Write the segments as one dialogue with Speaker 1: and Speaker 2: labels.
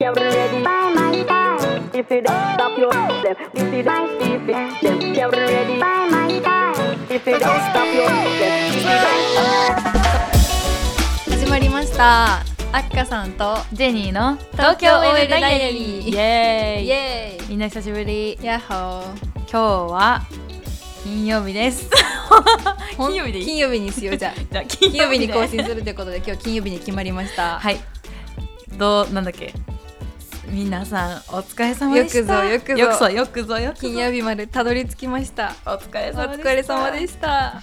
Speaker 1: You're ready by my side. If you don't stop your them, if you don't if you them, you're ready by my side. If you don't stop your them, if you don't.
Speaker 2: 始まりましたあっかさんと
Speaker 3: ジェニーの
Speaker 2: 東京 OL ダイアリー
Speaker 3: イエーイ
Speaker 2: イエー
Speaker 3: みんな久しぶり
Speaker 2: イヤッホー
Speaker 3: 今日は金曜日です
Speaker 2: ほん
Speaker 3: 金曜日でいい
Speaker 2: 金曜日にしようじゃあ
Speaker 3: じゃあ
Speaker 2: 金
Speaker 3: 金
Speaker 2: 曜日に
Speaker 3: で
Speaker 2: 更新するということで今日金曜日に決まりました、
Speaker 3: はいどうなんだっけ皆さんお疲れ様
Speaker 2: よ
Speaker 3: で
Speaker 2: く
Speaker 3: し
Speaker 2: ぞ
Speaker 3: た
Speaker 2: よくぞ
Speaker 3: よくぞよくぞよくぞ
Speaker 2: 金曜日までたどり着きました
Speaker 3: お疲れ
Speaker 2: お
Speaker 3: 様で
Speaker 2: 疲れ様で
Speaker 3: し
Speaker 2: した
Speaker 3: た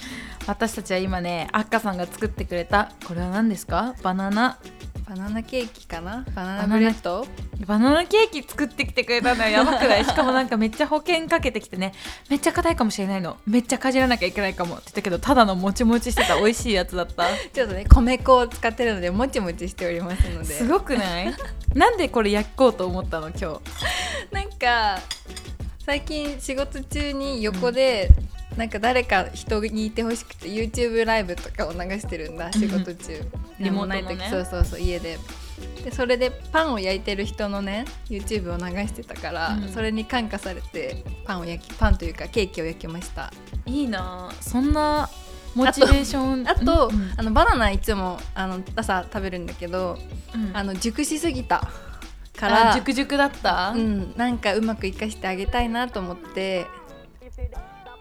Speaker 3: 私たちは今ねあっかさんが作ってくれたこれは何ですかバナナ
Speaker 2: バナナケーキかなバナ
Speaker 3: バナ
Speaker 2: ナ
Speaker 3: ナ
Speaker 2: ブレッド
Speaker 3: バナナケーキ作ってきてくれたのよやばくないしかもなんかめっちゃ保険かけてきてねめっちゃ硬いかもしれないのめっちゃかじらなきゃいけないかもって言ったけどただのもちもちしてた美味しいやつだった
Speaker 2: ちょっとね米粉を使ってるのでもちもちしております のです
Speaker 3: ごくないなんでこれ焼こうと思ったの今日
Speaker 2: なんか最近仕事中に横で、なんか誰か人にいてほしくて YouTube ライブとかを流してるんだ仕事中、
Speaker 3: うん
Speaker 2: 何もない
Speaker 3: リモートのね
Speaker 2: そうそうそう家ででそれでパンを焼いてる人のね YouTube を流してたから、
Speaker 3: うん
Speaker 2: それに感化されてパンを焼きパンというかケーキを焼きました
Speaker 3: いいなあそんなモチベーション
Speaker 2: あと、
Speaker 3: うんうん
Speaker 2: あのバナナいつもあの朝食べるんだけど、
Speaker 3: うん
Speaker 2: あの熟しすぎたか
Speaker 3: あ
Speaker 2: ら
Speaker 3: 熟熟だった、
Speaker 2: うん、なんかうまく生かしてあげたいなと思って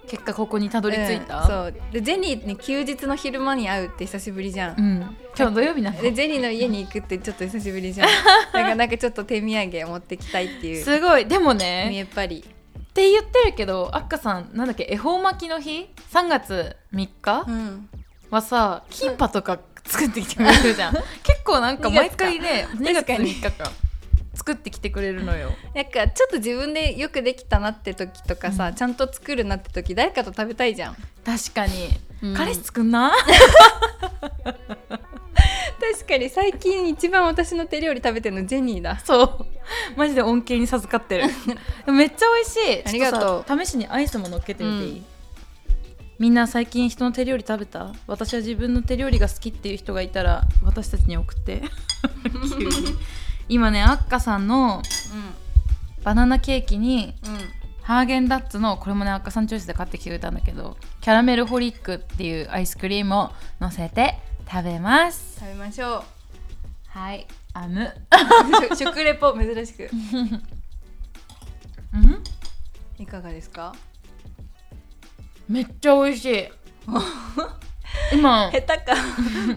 Speaker 3: 結果ここにたどり着いた、
Speaker 2: うんそうでジェニーに休日の昼間に会うって久しぶりじゃん、
Speaker 3: ん今日土曜日なの
Speaker 2: でジェニーの家に行くってちょっと久しぶり じゃんだからなんかちょっと手土産持ってきたいっていう
Speaker 3: すごいでも
Speaker 2: 見
Speaker 3: ね
Speaker 2: えっぱり、
Speaker 3: って言ってるけどあっかさんなんだっけ恵方巻きの日3月3日
Speaker 2: うん、
Speaker 3: はさキンパとか作ってきてくれるじゃん 結構なんか毎回ね2月
Speaker 2: 確か
Speaker 3: 3
Speaker 2: に
Speaker 3: 日か作ってきてくれるのよ
Speaker 2: なんかちょっと自分でよくできたなって時とかさ、
Speaker 3: うん
Speaker 2: ちゃんと作るなって時誰かと食べたいじゃん、
Speaker 3: 確かに、彼
Speaker 2: 彼氏
Speaker 3: 氏作んな
Speaker 2: 確かに最近一番私の手料理食べてるのジェニーだ
Speaker 3: そうマジで恩恵に授かってるでも めっちゃ美味しい
Speaker 2: ありがとう
Speaker 3: ちょっさ試しにアイスも乗っけてみていい、みんな最近人の手料理食べた私は自分の手料理が好きっていう人がいたら私たちに送って 急に今ねあっかさんの
Speaker 2: う
Speaker 3: バナナケーキに
Speaker 2: んうん
Speaker 3: ハーゲンダッツのこれもねあっかさんチョイスで買ってきてくれたんだけどキャラメルホリックっていうアイスクリームを乗せて食べます
Speaker 2: 食べまし ょう
Speaker 3: はいアム
Speaker 2: 食食レポ珍しく
Speaker 3: うん
Speaker 2: いかがですか
Speaker 3: めっちゃ美味しい 今
Speaker 2: 下手か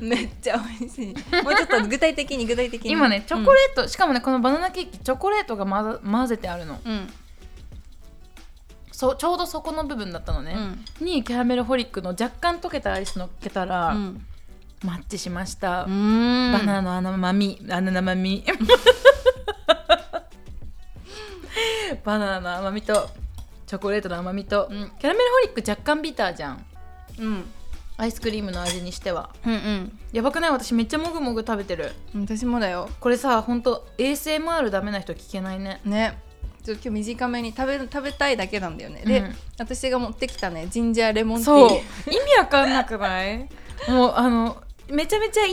Speaker 2: めっちゃ美味しいもうちょっと具体的に具体的に
Speaker 3: 今ねチョコレート、しかもねこのバナナケーキチョコレートが混ざ混ぜてあるの
Speaker 2: うん
Speaker 3: そうちょうどそこの部分だったの
Speaker 2: う
Speaker 3: ね、
Speaker 2: ん
Speaker 3: にキャラメルホリックの若干溶けたアイスのっけたら、
Speaker 2: うん
Speaker 3: マッチしました、
Speaker 2: うん
Speaker 3: バナナのあのまみあの生み バナナの甘みとチョコレートの甘みと、
Speaker 2: うん
Speaker 3: キャラメルホリック若干ビターじゃん
Speaker 2: うん
Speaker 3: アイスクリームの味にしては
Speaker 2: うん
Speaker 3: やばくない私めっちゃもぐもぐ食べてる
Speaker 2: うん私もだよ
Speaker 3: これさ本当 ASMR ダメな人聞けないね
Speaker 2: ねちょっと今日短めに食べ食べたいだけなんだよねで、
Speaker 3: うん
Speaker 2: 私が持ってきたねジンジャーレモンティ
Speaker 3: そう
Speaker 2: ー
Speaker 3: 意味わかんなくない もうあのめちゃめちゃい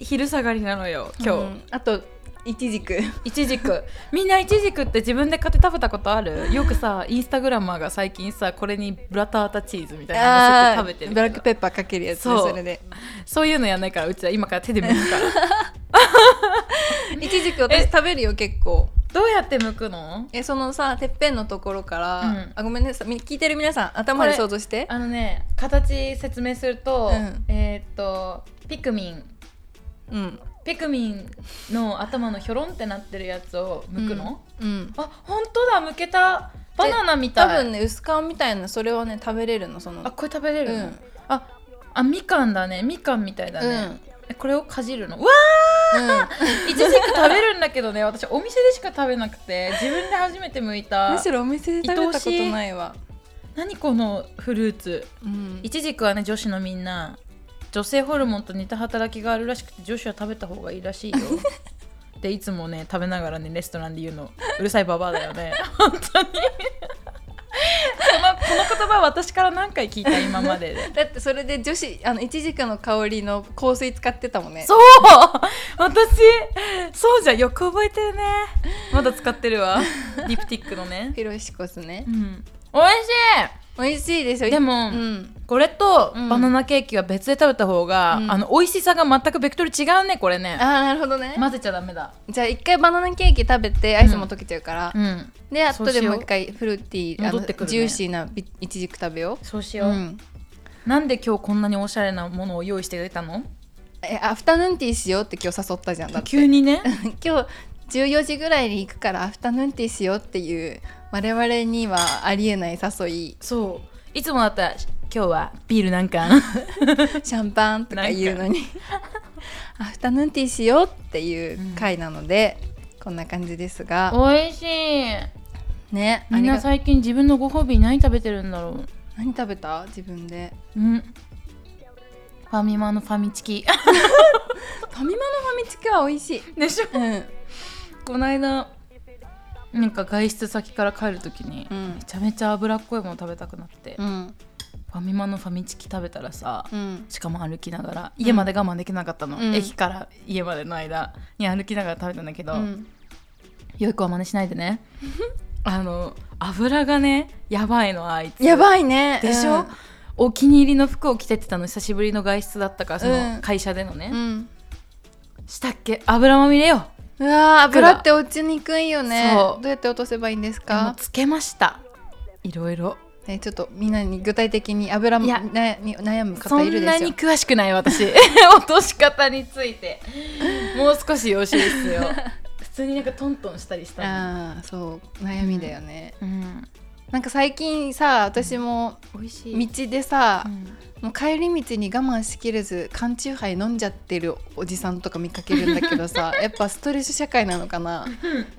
Speaker 3: い昼下がりなのよ今日、
Speaker 2: うんあとイチジク
Speaker 3: いちじくみんないちじくって自分で買って食べたことあるよくさインスタグラマーが最近さこれにブラタータチーズみたいなの乗せて食べてるけど
Speaker 2: ブラックペッパーかけるやつね
Speaker 3: そう
Speaker 2: それで
Speaker 3: そういうのやんないからうちは今から手 で剥くから
Speaker 2: イチジク私食べるよ結構
Speaker 3: どうやって剥くの
Speaker 2: えそのさてっぺんのところから、
Speaker 3: うん
Speaker 2: あごめんねさみ聞いてる皆さん頭で想像して
Speaker 3: あのね形説明すると、
Speaker 2: うん
Speaker 3: えーっとピクミン
Speaker 2: うん
Speaker 3: ピクミンの頭のひょろんってなってるやつを剥くの、
Speaker 2: うん
Speaker 3: あ本当だ剥けたバナナみた
Speaker 2: 多
Speaker 3: い
Speaker 2: 分ね薄皮みたいなそれはね食べれるのその
Speaker 3: あこれ食べれ
Speaker 2: う
Speaker 3: るの、
Speaker 2: ん
Speaker 3: ああみかんだねみかんみたいだね、えこれをかじるのうわ
Speaker 2: うんうん
Speaker 3: いちじく食べるんだけどね私お店でしか食べなくて自分で初めて剥いた
Speaker 2: むしろお店で食べたことないわ
Speaker 3: 何このフルーツ
Speaker 2: うん
Speaker 3: いちじくはね女子のみんな女性ホルモンと似た働きがあるらしくて女子は食べた方がいい らしいよでいつもね食べなが らねレストランで言うのうるさいババアだよね本当にそのの言葉私から何回聞いた今ま でで
Speaker 2: だってそれで女子あの一軸の香りの香水使ってたもんね
Speaker 3: そう私そうじゃんよく覚えてるねまだ使ってるわリプティックのね
Speaker 2: ヒロシコスね
Speaker 3: うん美味し
Speaker 2: 美味しいでしょ
Speaker 3: いでも、
Speaker 2: うん
Speaker 3: これと
Speaker 2: うん
Speaker 3: バナナケーキは別で食べた方が、
Speaker 2: うん
Speaker 3: あの美味しさが全くベクトル違うねこれ
Speaker 2: あ
Speaker 3: ね
Speaker 2: ーなるほどね、
Speaker 3: 混ぜちゃダメだ
Speaker 2: じゃあ一回バナナケーキ食べてアイスも溶けちゃうから、
Speaker 3: うん
Speaker 2: であと
Speaker 3: そう
Speaker 2: で
Speaker 3: しよう
Speaker 2: もう一回フルーティーあ
Speaker 3: 戻ってくるね
Speaker 2: ジューシーなビイチジク食べよ
Speaker 3: そうし
Speaker 2: う、
Speaker 3: よう、
Speaker 2: ん、
Speaker 3: なんで今日こんなにおしゃれなものを用意してくれたの
Speaker 2: えアフタヌーンティーしようって今日誘ったじゃんだって
Speaker 3: 急に ね
Speaker 2: 今日14時ぐらいに行くからアフタヌーンティーしようっていう我々にはありえない誘い
Speaker 3: そういつもだったら今日はビールなんかなん
Speaker 2: シャンパンとか言うのに アフタヌーンティーしようっていう回なので、こんな感じですが
Speaker 3: 美味しい
Speaker 2: ねあ
Speaker 3: みん
Speaker 2: り
Speaker 3: な
Speaker 2: が
Speaker 3: 最近自分のご褒美何食べてるんだろ
Speaker 2: 何食べた自分で
Speaker 3: ううんファミマのファミチキ
Speaker 2: ファミマのファミチキは美味しい
Speaker 3: でしょ
Speaker 2: うん
Speaker 3: この間なんか外出先から帰る時に、
Speaker 2: うん
Speaker 3: めちゃめちゃ脂っこいもの食べたくなって、
Speaker 2: う
Speaker 3: フ
Speaker 2: ん
Speaker 3: ァミマのファミチキ食べたらさ、
Speaker 2: うん
Speaker 3: しかも歩きながら家まで我慢できなかったの、
Speaker 2: うん
Speaker 3: 駅から家までの間に歩きながら食べたんだけど、
Speaker 2: うん
Speaker 3: 良い子は真似しないでね あの油がねやばいのあいつ
Speaker 2: やばいね
Speaker 3: でしょ、お気に入りの服を着てってたの久しぶりの外出だったからそ
Speaker 2: うん
Speaker 3: の会社での
Speaker 2: うん、う
Speaker 3: ね、
Speaker 2: ん
Speaker 3: したっけ油まみれよ
Speaker 2: うわー油って落ちにくいよね
Speaker 3: そう
Speaker 2: どうやって落とせばいいんです
Speaker 3: でも
Speaker 2: か
Speaker 3: つけましたいろいろ
Speaker 2: ね、ちょっとみんなに具体的に油も
Speaker 3: いや
Speaker 2: なに悩む
Speaker 3: そ
Speaker 2: 方いる
Speaker 3: ん
Speaker 2: で
Speaker 3: な
Speaker 2: しょ
Speaker 3: に詳しくない 私落とし方についてもう少しよろしいです よ普通になんかトントンしたりしたの
Speaker 2: ああそう悩みだよね、
Speaker 3: うん
Speaker 2: なんか最近さ私も
Speaker 3: 美味し
Speaker 2: 道
Speaker 3: い、
Speaker 2: でさ、
Speaker 3: うん
Speaker 2: もう帰り道に我慢しきれず缶チューハイ飲んじゃってるおじさんとか見かけるんだけど さやっぱストレス社会なのかな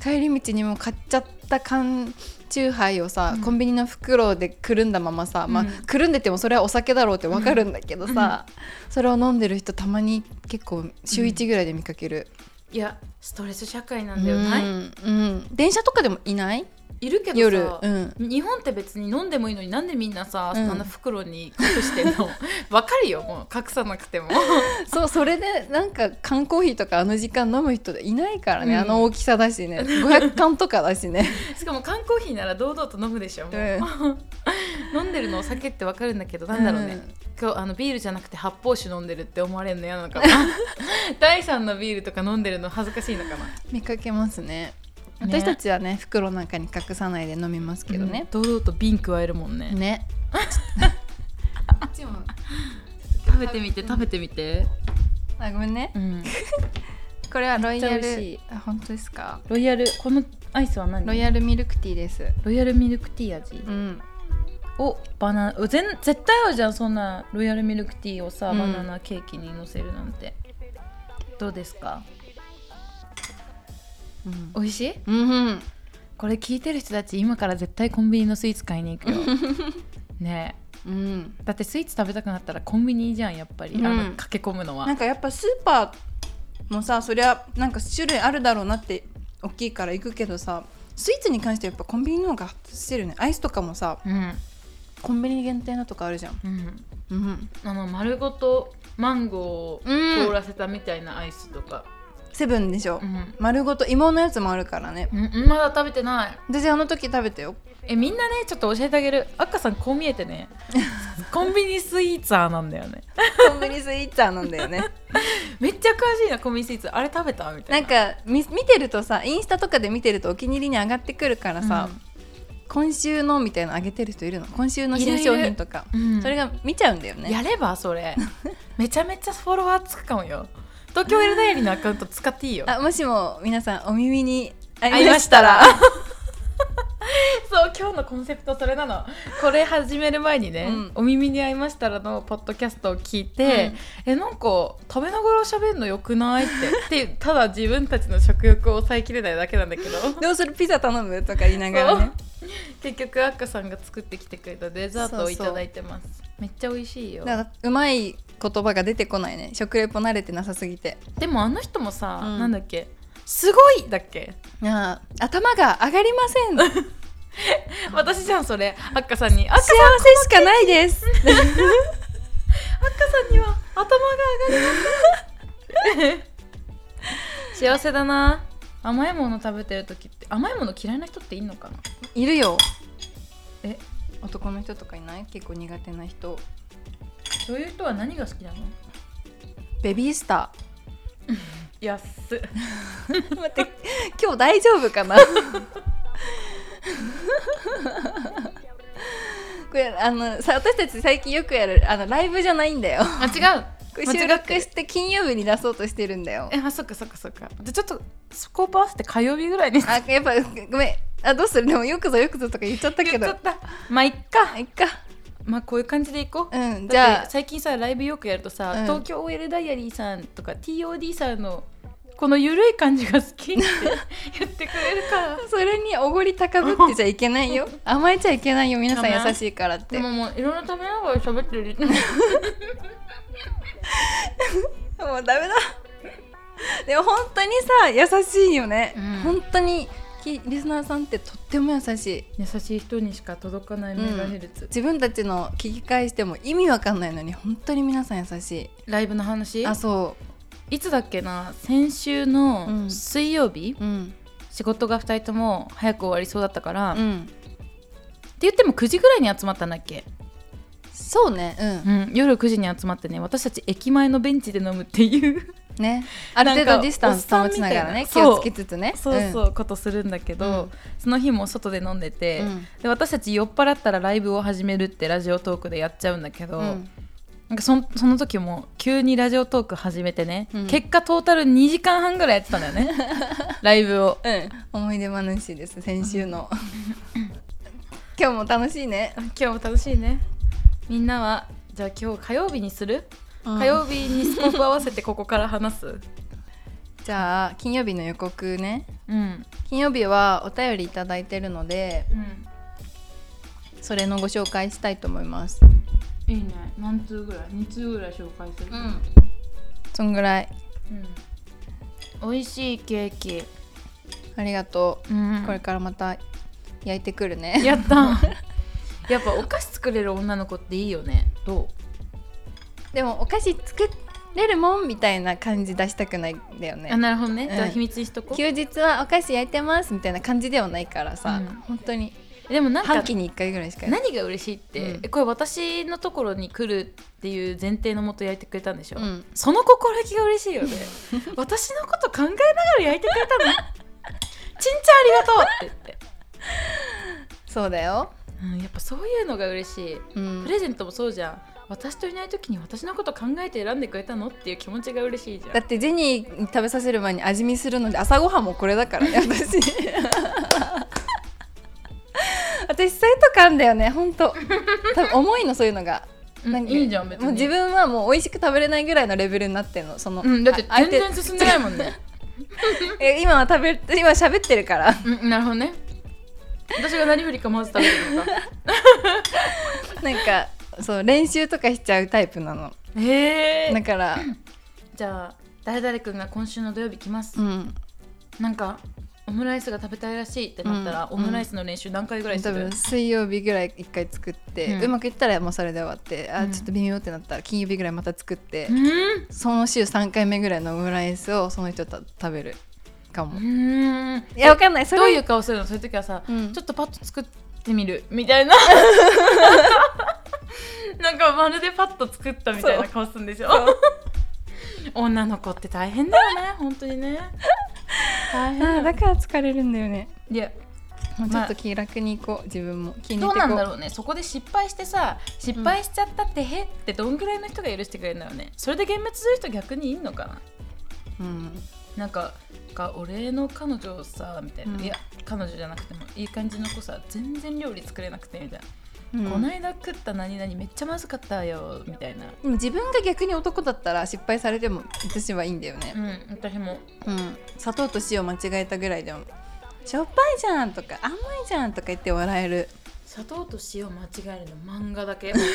Speaker 2: 帰り道にもう買っちゃった缶チューハイをさ、
Speaker 3: うん
Speaker 2: コンビニの袋でくるんだままさ、まあ
Speaker 3: うん
Speaker 2: くるんでてもそれはお酒だろうってわかるんだけどさ、それを飲んでる人たまに結構週1ぐらいで見かける、
Speaker 3: いやストレス社会なんだよない、
Speaker 2: うんうん電車とかでもいない
Speaker 3: いるけどさ
Speaker 2: 夜、うん、
Speaker 3: 日本って別に飲んでもいいのになんでみんなさ、
Speaker 2: うん
Speaker 3: あんな袋に隠して んのわかるよもう隠さなくても
Speaker 2: そうそれでなんか缶コーヒーとかあの時間飲む人いないからね、
Speaker 3: うん
Speaker 2: あの大きさだしね500缶とかだしね
Speaker 3: しかも缶コーヒーなら堂々と飲むでしょもう、飲んでるのお酒ってわかるんだけどなんだろうね、
Speaker 2: うん
Speaker 3: 今日あのビールじゃなくて発泡酒飲んでるって思われるの嫌なのか な第3のビールとか飲んでるの恥ずかしいのかな
Speaker 2: 見かけますね私たちはね袋なんかに隠さないで飲みますけどね、
Speaker 3: うん堂々と瓶加えるもんね
Speaker 2: ね
Speaker 3: 食べてみて食べてみて、
Speaker 2: あごめんね
Speaker 3: うん、
Speaker 2: これはロイヤ
Speaker 3: めっちゃ美味
Speaker 2: ルあ本当ですか
Speaker 3: ロイヤルこのアイスは何
Speaker 2: ロイヤルミルクティーです
Speaker 3: ロイヤルミルクティー味、
Speaker 2: うん
Speaker 3: おバナナ全絶対合うじゃんそんなロイヤルミルクティーをさ、
Speaker 2: うん
Speaker 3: バナナケーキにのせるなんてどうですか
Speaker 2: うん
Speaker 3: 美味しい
Speaker 2: うん
Speaker 3: これ聞いてる人たち今から絶対コンビニのスイーツ買いに行 くよね
Speaker 2: うん
Speaker 3: えだってスイーツ食べたくなったらコンビニじゃんやっぱり、あ
Speaker 2: うん
Speaker 3: の駆け込むの
Speaker 1: な
Speaker 3: は
Speaker 1: んかやっぱスーパーもさそりゃなんか種類あるだろうなって大きいから行くけどさスイーツに関してはやっぱコンビニの方が発達してるねアイスとかもさ
Speaker 3: うん
Speaker 1: コンビニ限定のとかあるじゃん
Speaker 3: うん
Speaker 1: うん
Speaker 3: あの丸ごとマンゴーを
Speaker 2: うん
Speaker 3: 凍らせたみたいなアイスとか、
Speaker 1: セブンでしょ、
Speaker 3: うん
Speaker 1: 丸ごと芋のやつもあるからね
Speaker 3: うんまだ食べてない
Speaker 1: 私あの時食べたよ
Speaker 3: えみんなねちょっと教えてあげる赤さんこう見えて ねコンビニスイーツァーなんだよね
Speaker 1: コンビニスイーツァーなんだよ ね
Speaker 3: めっちゃ詳しいなコンビニスイーツあれ食べたみた
Speaker 2: ないん
Speaker 3: な
Speaker 2: かみ見てるとさインスタとかで見てるとお気に入りに上がってくるからさ、今週のみたいなの上げてる人いるの今週の新
Speaker 3: いる
Speaker 2: 商
Speaker 3: いる
Speaker 2: 品とか
Speaker 3: うん、うん
Speaker 2: それが見ちゃうんだよね
Speaker 3: やればそれめちゃめちゃフォロワーつくかもよ東京 L ダイアリーのアカウント使っていいよ
Speaker 2: あもしも皆さんお耳に
Speaker 3: あ
Speaker 2: 合
Speaker 3: り
Speaker 2: いま
Speaker 3: ま
Speaker 2: し
Speaker 3: したた
Speaker 2: ら
Speaker 3: らそう今日のコンセプトそれなのこれ始める前にね
Speaker 2: う
Speaker 3: 「
Speaker 2: ん
Speaker 3: お耳に合いましたら」のポッドキャストを聞いて、えなんか食べながら喋るのよくないって ってただ自分たちの食欲を抑えきれないだけなんだけ ど
Speaker 2: どうするピザ頼むとか言いながらね
Speaker 3: 結局アッカさんが作ってきてくれたデザー
Speaker 2: そ
Speaker 3: ト
Speaker 2: うそ
Speaker 3: を
Speaker 2: う
Speaker 3: いただいてますめっちゃ美味しいよ
Speaker 2: だからうまい言葉が出てこないね食レポ慣れてなさすぎて
Speaker 3: でもあの人もさ、
Speaker 2: うん
Speaker 3: なんだっけすごいだっけ
Speaker 2: あー頭が上がりません
Speaker 3: 私じゃんそれアッカさんにアッカさん
Speaker 2: せしかないです
Speaker 3: アッカさんには頭が上がります 幸せだな甘いもの食べてる時って甘いもの嫌いな人っていんのかない
Speaker 2: るよ
Speaker 3: え
Speaker 2: 男の人とかいない結構苦手な人
Speaker 3: そういう人は何が好きなの
Speaker 2: ベビースタ
Speaker 3: 安っ
Speaker 2: ー待って今日大丈夫かなこれあのさ私たち最近よくやるあのライブじゃないんだよ
Speaker 3: あ違 う
Speaker 2: これ
Speaker 3: 間違
Speaker 2: 収
Speaker 3: って
Speaker 2: 録
Speaker 3: る
Speaker 2: して金曜日に出そうとしてるんだよ
Speaker 3: えあそっかそっかそっかじゃあちょっとスコープ合わせて火曜日ぐらいにし
Speaker 2: あやっぱごめんあどうするでもよくぞよくぞとか言っちゃったけど
Speaker 3: ちゃった まあいっか
Speaker 2: いっか
Speaker 3: まあこういう感じでいこう、
Speaker 2: うんじ
Speaker 3: じゃ
Speaker 2: ゃ
Speaker 3: あ
Speaker 2: あ
Speaker 3: 最近さライブよくやるとさ、
Speaker 2: うん
Speaker 3: 東京 OL ダイアリーさんとか TOD さんのこのゆるい感じが好きって言ってくれるから
Speaker 2: それにおごり高ぶってちゃいけないよ 甘えちゃいけないよ皆さん優しいからって
Speaker 3: でももういろんな食べながら喋ってる
Speaker 2: もうダメだでも本当にさ優しいよね、
Speaker 3: うん
Speaker 2: 本当にきリスナーさんってとっても優しい
Speaker 3: 優しい人にしか届かないメガヘルツ、
Speaker 2: 自分たちの聞き返しても意味わかんないのに本当に皆さん優し
Speaker 3: ライブの話
Speaker 2: いあそ
Speaker 3: いつだっけな先週
Speaker 2: う
Speaker 3: の
Speaker 2: ん
Speaker 3: 水曜日、
Speaker 2: ううん
Speaker 3: 仕事が2人とも早く終わりそうだったから、
Speaker 2: う
Speaker 3: って
Speaker 2: ん
Speaker 3: 言っても9時ぐらいに集まったんだっけ、
Speaker 2: そうねう
Speaker 3: うん、夜9時に集まってね私たち駅前のベンチで飲むっていう
Speaker 2: んねある程
Speaker 3: な
Speaker 2: 度
Speaker 3: んか
Speaker 2: ディスタンス保ちながら
Speaker 3: おっ
Speaker 2: ね気
Speaker 3: さんみたいな
Speaker 2: をつけつつね
Speaker 3: そうそううことするんだけど、
Speaker 2: うん
Speaker 3: その日も外で飲んでて、
Speaker 2: うん
Speaker 3: で私たち酔っ払ったらライブを始めるってラジオトークでやっちゃうんだけど、
Speaker 2: んうん
Speaker 3: なんかそんその時も急にラジオトーク始めてね、
Speaker 2: うん
Speaker 3: 結果トータル2時間半ぐらいやってたんだ よねライブを
Speaker 2: 思い出話です先週の 今日も楽しいね、
Speaker 3: 今日も楽しいねみんなはじゃあ今日火曜日にする、火曜日にスコープ合わせてここから話す
Speaker 2: じゃあ金曜日の予告ね
Speaker 3: うん、
Speaker 2: 金曜日はお便りいただいてるのでそれのご紹介したいと思います
Speaker 3: いいね何通ぐらい2通ぐらい紹介する
Speaker 2: うんそんぐらい
Speaker 3: 美味しいケーキ、
Speaker 2: ありがとうこ
Speaker 3: こ
Speaker 2: れ
Speaker 3: れ
Speaker 2: からまた焼いてくるね
Speaker 3: やった やっぱお菓子作れる女の子っていいよねど
Speaker 2: でもお菓子作れるもんみたいな感じ出したくないんだよ
Speaker 3: う
Speaker 2: ね
Speaker 3: あなるほどね、
Speaker 2: うん
Speaker 3: じゃあ秘密にしとこう
Speaker 2: 休日はお菓子焼いてますみたいな感じではないからさ、
Speaker 3: うん
Speaker 2: 本当に
Speaker 3: でもなんか
Speaker 2: 半期に1回ぐらいしかやらない
Speaker 3: 何が嬉しいって、
Speaker 2: うん
Speaker 3: これ私のところに来るっていう前提のもと焼いてくれたんでしょ、
Speaker 2: うん
Speaker 3: その心意気が嬉しい よね私のこと考えながら焼いてくれたのちんちゃんありがとうって
Speaker 2: そうだよ、
Speaker 3: 言って、うん、やっぱそういうのが嬉しい
Speaker 2: うん
Speaker 3: プ、レゼントもそうじゃん私といない時に私のこと考えて選んでくれたのっていう気持ちが嬉しいじゃん
Speaker 2: だってジェニーに食べさせる前に味見するので朝ごはんもこれだからね私 私そういうとこあんだよねほんと多分重いのそういうのが。
Speaker 3: うん
Speaker 2: なんか
Speaker 3: いいじゃん別に
Speaker 2: もう自分はもう美味しく食べれないぐらいのレベルになってんのその、
Speaker 3: うん、だって
Speaker 2: あ相
Speaker 3: 全
Speaker 2: 手
Speaker 3: 然進んでないもんね
Speaker 2: え今は食べ今喋ってるから
Speaker 3: うんなるほどね私が何振りかまず食べるのか
Speaker 2: なんかそう練習とかしちゃうタイプなの
Speaker 3: へえ
Speaker 2: だから
Speaker 3: じゃあ誰々君が今週の土曜日来ます
Speaker 2: うん
Speaker 3: なんかオムライスが食べたいらしいってなったら、
Speaker 2: うん
Speaker 3: オムライスの練習何回ぐらいす
Speaker 2: 多
Speaker 3: る
Speaker 2: 分水曜日ぐらい一回作って、
Speaker 3: う
Speaker 2: うんまくいったらもうそれで終わって、
Speaker 3: う
Speaker 2: あ
Speaker 3: ん
Speaker 2: ちょっと微妙ってなったら金曜日ぐらいまた作って、
Speaker 3: う
Speaker 2: その週3回目ぐらいのオムライスをその人と食べるかも、
Speaker 3: ー
Speaker 2: い
Speaker 3: んうーん
Speaker 2: やわかんないそれ
Speaker 3: どういう顔するのそういう時はさ、
Speaker 2: うん
Speaker 3: ちょっとパッと作ってみるみた いななんかまるでパッと作ったみたいな顔するんでしょ女の子って大変だよね本当にね大
Speaker 2: あ
Speaker 3: 変
Speaker 2: ー
Speaker 3: だ
Speaker 2: だから疲れるんだよね
Speaker 3: いや
Speaker 2: もうちょ
Speaker 3: まあ
Speaker 2: っと気楽にいこう自分も気に入っ
Speaker 3: どう
Speaker 2: ていこ
Speaker 3: な
Speaker 2: うん
Speaker 3: だろうねそこで失敗してさ失敗しちゃったってへってどんぐらいの人が許してくれるんだろうねそれで幻滅する人逆にいんのかな
Speaker 2: うん
Speaker 3: なんかが俺の彼女さみたいな、
Speaker 2: うん
Speaker 3: いや彼女じゃなくてもいい感じの子さ全然料理作れなくてみたいな、
Speaker 2: うん
Speaker 3: こないだ食った何々めっちゃまずかったよみたいな
Speaker 2: でも自分が逆に男だったら失敗されても私はいいんだよね、
Speaker 3: うん私も
Speaker 2: うん、砂糖と塩間違えたぐらいでもしょっぱいじゃんとか甘いじゃんとか言って笑える
Speaker 3: 砂糖と塩間違えるの漫画だ け
Speaker 2: 確か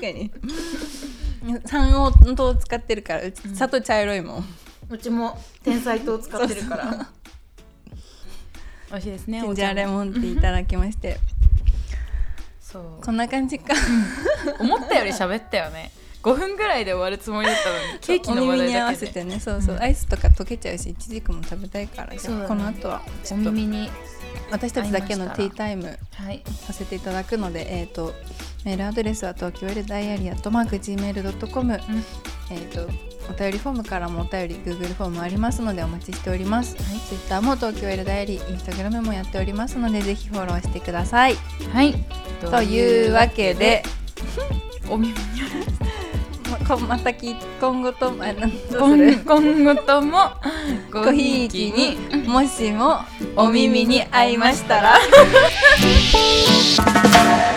Speaker 2: に 三王の糖を使ってるからうち
Speaker 3: うん
Speaker 2: 砂糖茶色いもん、
Speaker 3: うちも天才糖使ってるから美味しいですね
Speaker 2: ジンジャーレ
Speaker 3: ン
Speaker 2: モンティーいただきまして
Speaker 3: そう
Speaker 2: こんな感じか
Speaker 3: 思ったより喋ったよね5分ぐらいで終わるつもりだったのにケーキの
Speaker 2: お
Speaker 3: 話
Speaker 2: 耳
Speaker 3: 題
Speaker 2: に合わ
Speaker 3: だ
Speaker 2: せ
Speaker 3: けで
Speaker 2: てねそうそう、
Speaker 3: うん
Speaker 2: アイスとか溶けちゃうしいちじくも食べたいからじ
Speaker 3: そう
Speaker 2: ゃ
Speaker 3: だ
Speaker 2: あ
Speaker 3: ね
Speaker 2: この後はち
Speaker 3: お
Speaker 2: ょっと
Speaker 3: 耳に
Speaker 2: 私たちだけのティータイム
Speaker 3: はい
Speaker 2: させていただくので、えー、とメールアドレスは東京 L ダイアリアとマーク Gmail.com、えー、とお便りフォームからもお便り Google フォームありますのでお待ちしております、
Speaker 3: い
Speaker 2: Twitter も東京 L ダイアリー Instagram もやっておりますのでぜひフォローしてください
Speaker 3: はい
Speaker 2: というわけで
Speaker 3: お耳に
Speaker 2: まこまたき今後ともあなどうする
Speaker 3: 今今後とも
Speaker 2: ご
Speaker 3: ご
Speaker 2: ひ
Speaker 3: ひ
Speaker 2: い
Speaker 3: い
Speaker 2: き
Speaker 3: き
Speaker 2: に
Speaker 3: に
Speaker 2: もしもお
Speaker 3: お
Speaker 2: 耳
Speaker 3: 耳
Speaker 2: に
Speaker 3: に
Speaker 2: 合
Speaker 3: 合
Speaker 2: い
Speaker 3: い
Speaker 2: ま
Speaker 3: ま
Speaker 2: し
Speaker 3: したた
Speaker 2: ら
Speaker 3: ら